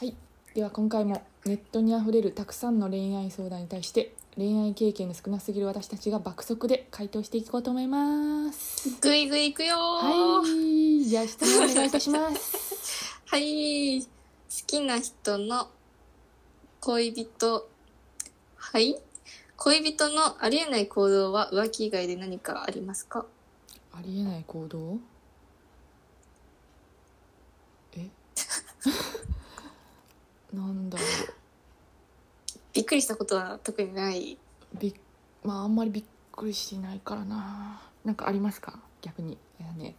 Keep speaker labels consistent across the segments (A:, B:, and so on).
A: はい、では今回もネットにあふれるたくさんの恋愛相談に対して恋愛経験の少なすぎる私たちが爆速で回答していこうと思います
B: ぐいぐいいくよー
A: は
B: はい
A: じゃあ質問お願いいたします
B: い、好きな人の恋人はい恋人のありえない行動は浮気以外で何かありますか
A: ありえない行動え なんだろ
B: びっくりしたことは特にないう
A: びっまああんまりびっくりしないからななんかありますか逆にいやね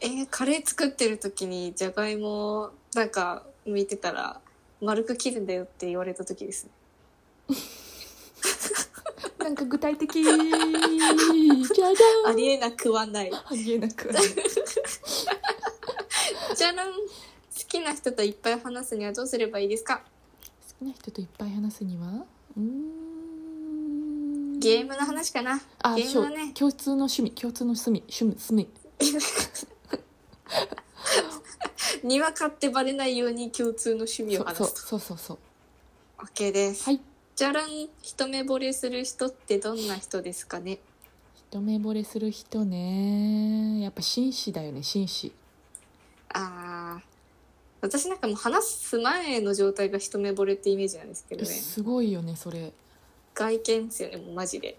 B: えーカレー作ってる時にじゃがいもをなんか剥いてたら丸く切るんだよって言われた時ですね
A: なんか具体的 じゃじゃ
B: ありえなくはない
A: んありえなくはない
B: じゃらん好きな人といっぱい話すにはどうすればいいですか
A: 好きな人といっぱい話すにはうーん
B: ゲームの話かな
A: あ
B: ゲームはね
A: そう共通の趣味共通の趣味趣味趣味
B: にわかってバレないように共通の趣味を話
A: そう
B: すと。
A: そうそうそう
B: OK です。
A: はい
B: じゃらん、一目惚れする人ってどんな人ですかね
A: 一目惚れする人ねやっぱ紳士だよね紳士
B: あー。私なんかもう話す前の状態が一目惚れってイメージなんですけどね。
A: すごいよねそれ
B: 外見ですよね、もうマジで。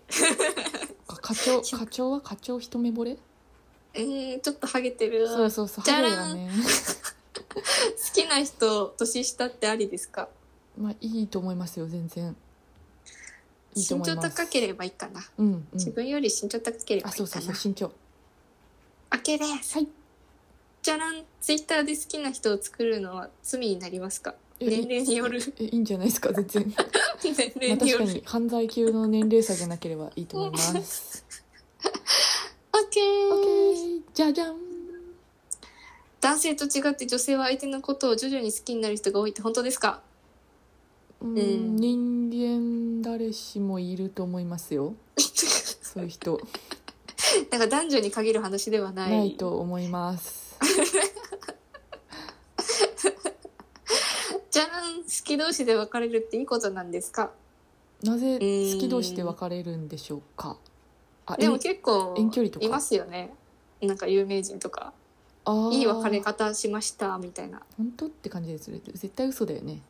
A: か課長課長は課長一目惚れ
B: うーん、ちょっとハゲてる。
A: そう
B: 好
A: そうそう
B: じゃらん
A: ハゲはね
B: きな人、年下ってありですか
A: まあいいと思いますよ全然いいと
B: 身
A: 思い
B: 長
A: ます
B: 高ければいいかな。
A: うんうん
B: 自分より身長高ければ
A: あ
B: いい
A: そう
B: か
A: そう
B: な。
A: そう身長
B: OK です。
A: はい
B: じゃらん、ツイッターで好きな人を作るのは罪になりますか
A: え
B: 年齢による。
A: えいいんじゃないですか全然
B: 年
A: ま
B: 齢
A: あ、
B: に
A: 確
B: よ
A: か
B: る。
A: に犯罪級の年齢差じゃなければいいと思い ます。
B: オッケ
A: オッケ
B: ー。
A: ー、じゃじゃん。
B: 男性と違って女性は相手のことを徐々に好きになる人が多いって本当ですか
A: うん、
B: うん
A: 人間誰しもいると思いますよ。そういう人、
B: なんか男女に限る話ではない。
A: ないと思います。
B: じゃらん、好き同士で別れるっていいことなんですか
A: なぜ好き同士で別れるんでしょうか。あ、
B: でも
A: え
B: 結構
A: 遠距離とか
B: いますよね。なんか有名人とか、
A: あー
B: いい別れ方しましたみたいな。
A: 本当って感じですね。絶対嘘だよね。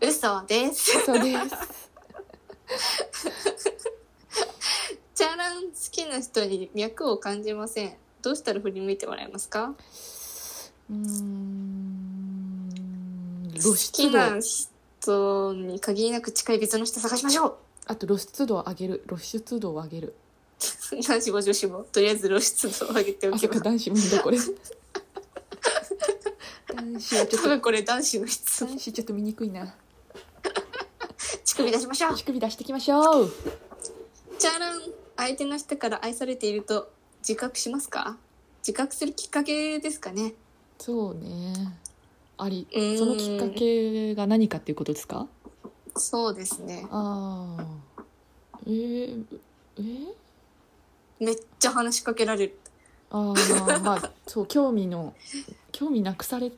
B: 嘘です。
A: 嘘です。
B: じゃらん、好きな人に脈を感じません。どうしたら振り向いてもらえますか
A: うーん、露
B: 好き
A: 出度、
B: な人に限りなく近い別の人探しましょう
A: あと露出度を上げる、露出度を上げる。
B: 男子も女子もとりあえず露出度を上げてお
A: あそ
B: け
A: っ
B: ば
A: か男子無理だこれ男子はちょ
B: 多
A: っと
B: 分これ男子の質問
A: 男子ちょっと見にくいな
B: 乳首出しましょう
A: 乳首出してきましょう
B: じゃらん相手の人から愛されていると自覚しますか自覚するきっかけですかね
A: そうねあり
B: うーん
A: そのきっかけが何かっていうことですか
B: そうですね
A: ああえー、えー、
B: めっちゃ話しかけられる
A: ああまあそう興味の興味なくされ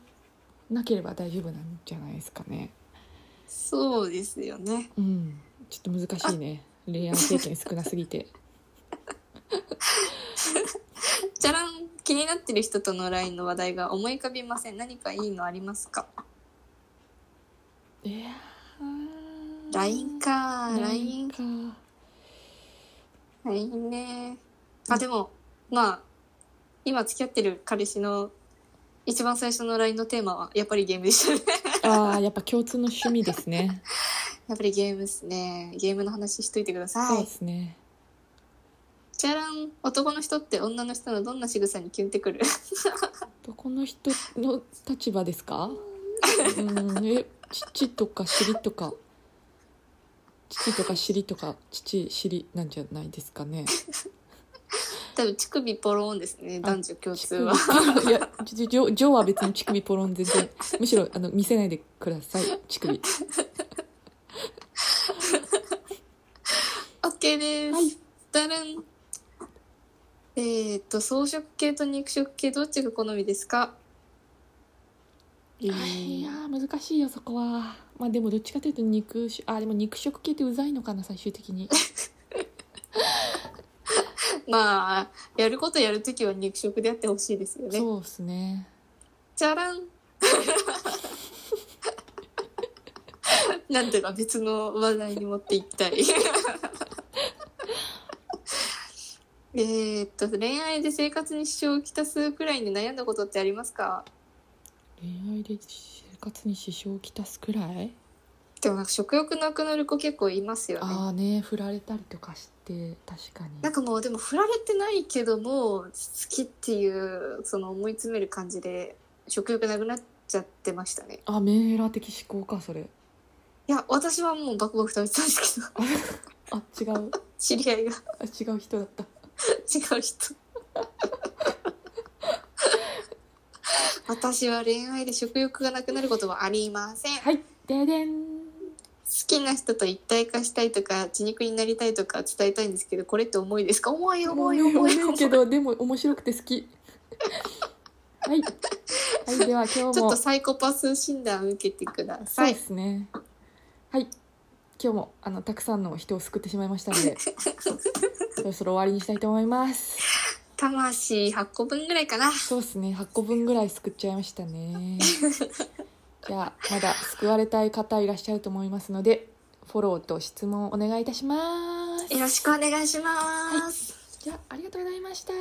A: なければ大丈夫なんじゃないですかね
B: そうですよね
A: うんちょっと難しいね恋愛経験少なすぎて
B: じゃらん気になってる人との LINE の話題が思い浮かびません何かいいのありますか
A: いやー
B: LINE か
A: LINE
B: LINE
A: か
B: LINE ねあでもまあ今付き合ってる彼氏の一番最初の LINE のテーマはやっぱりゲームでしたね
A: ああやっぱ共通の趣味です ね。
B: やっぱりゲームですね。ゲームの話しといてくださ
A: そう
B: い
A: で。すね。
B: じゃらん、男の人って女の人のどんな仕草にキュンってくる
A: 男の人の立場です か？うんえ父とか尻とか父とか尻とか父尻なんじゃないですかね。
B: 多分乳首ポローンですね、男女共
A: 乳
B: 通
A: 首
B: は。
A: いやジョジョジョーは別に乳首ポロン全然むしろあの見せないでください乳首。
B: OK です。
A: はい
B: じゃらん。えーっと、草食系と肉食系どっちが好みですかえ
A: あい
B: ー
A: やー難しいよそこはまあでもどっちかというと肉しあでも肉食系ってうざいのかな最終的に
B: まあ、やることやるときは肉食でやってほしいですよね。
A: そうっすね
B: じゃらんなんとか別の話題に持っていきたい。えーっと、恋愛で生活に支障をきたすくらいに悩んだことってありますか
A: 恋愛で生活に支障をきたすくらい
B: でもなんか食欲なくなる子結構いますよね。
A: ああね振られたりとかして確か
B: なん
A: に
B: かもうでも振られてないけども好きっていうその思い詰める感じで食欲なくなっちゃってましたね。
A: あメンヘラ的思考かそれ
B: いや、私はもうバクバク食べてたんですけど、
A: あ違う
B: 知り合いが
A: あ違う人だった
B: 違う人 私は恋愛で食欲がなくなることはありません好
A: はいででん
B: きな人と一体化したいとか血肉になりたいとか伝えたいんですけどこれって重いですか重い重い重い重い
A: 重いけどでも面白くて好きはいはいでは今
B: ち
A: 日
B: ょっ
A: も
B: とサイコパス診断受けてくだ
A: そ
B: さ
A: う
B: い
A: ですね。はい。今日もあのたくさんの人を救ってしまいました ので、そろそろ終わりにしたいと思います。
B: 魂8個分ぐらいかな
A: そうですね。8個分ぐらい救っちゃいましたね。 じゃあまだ救われたい方いらっしゃると思いますので、フォローと質問をお願いいたします。
B: よろしくお願いします、
A: じゃあありがとうございました。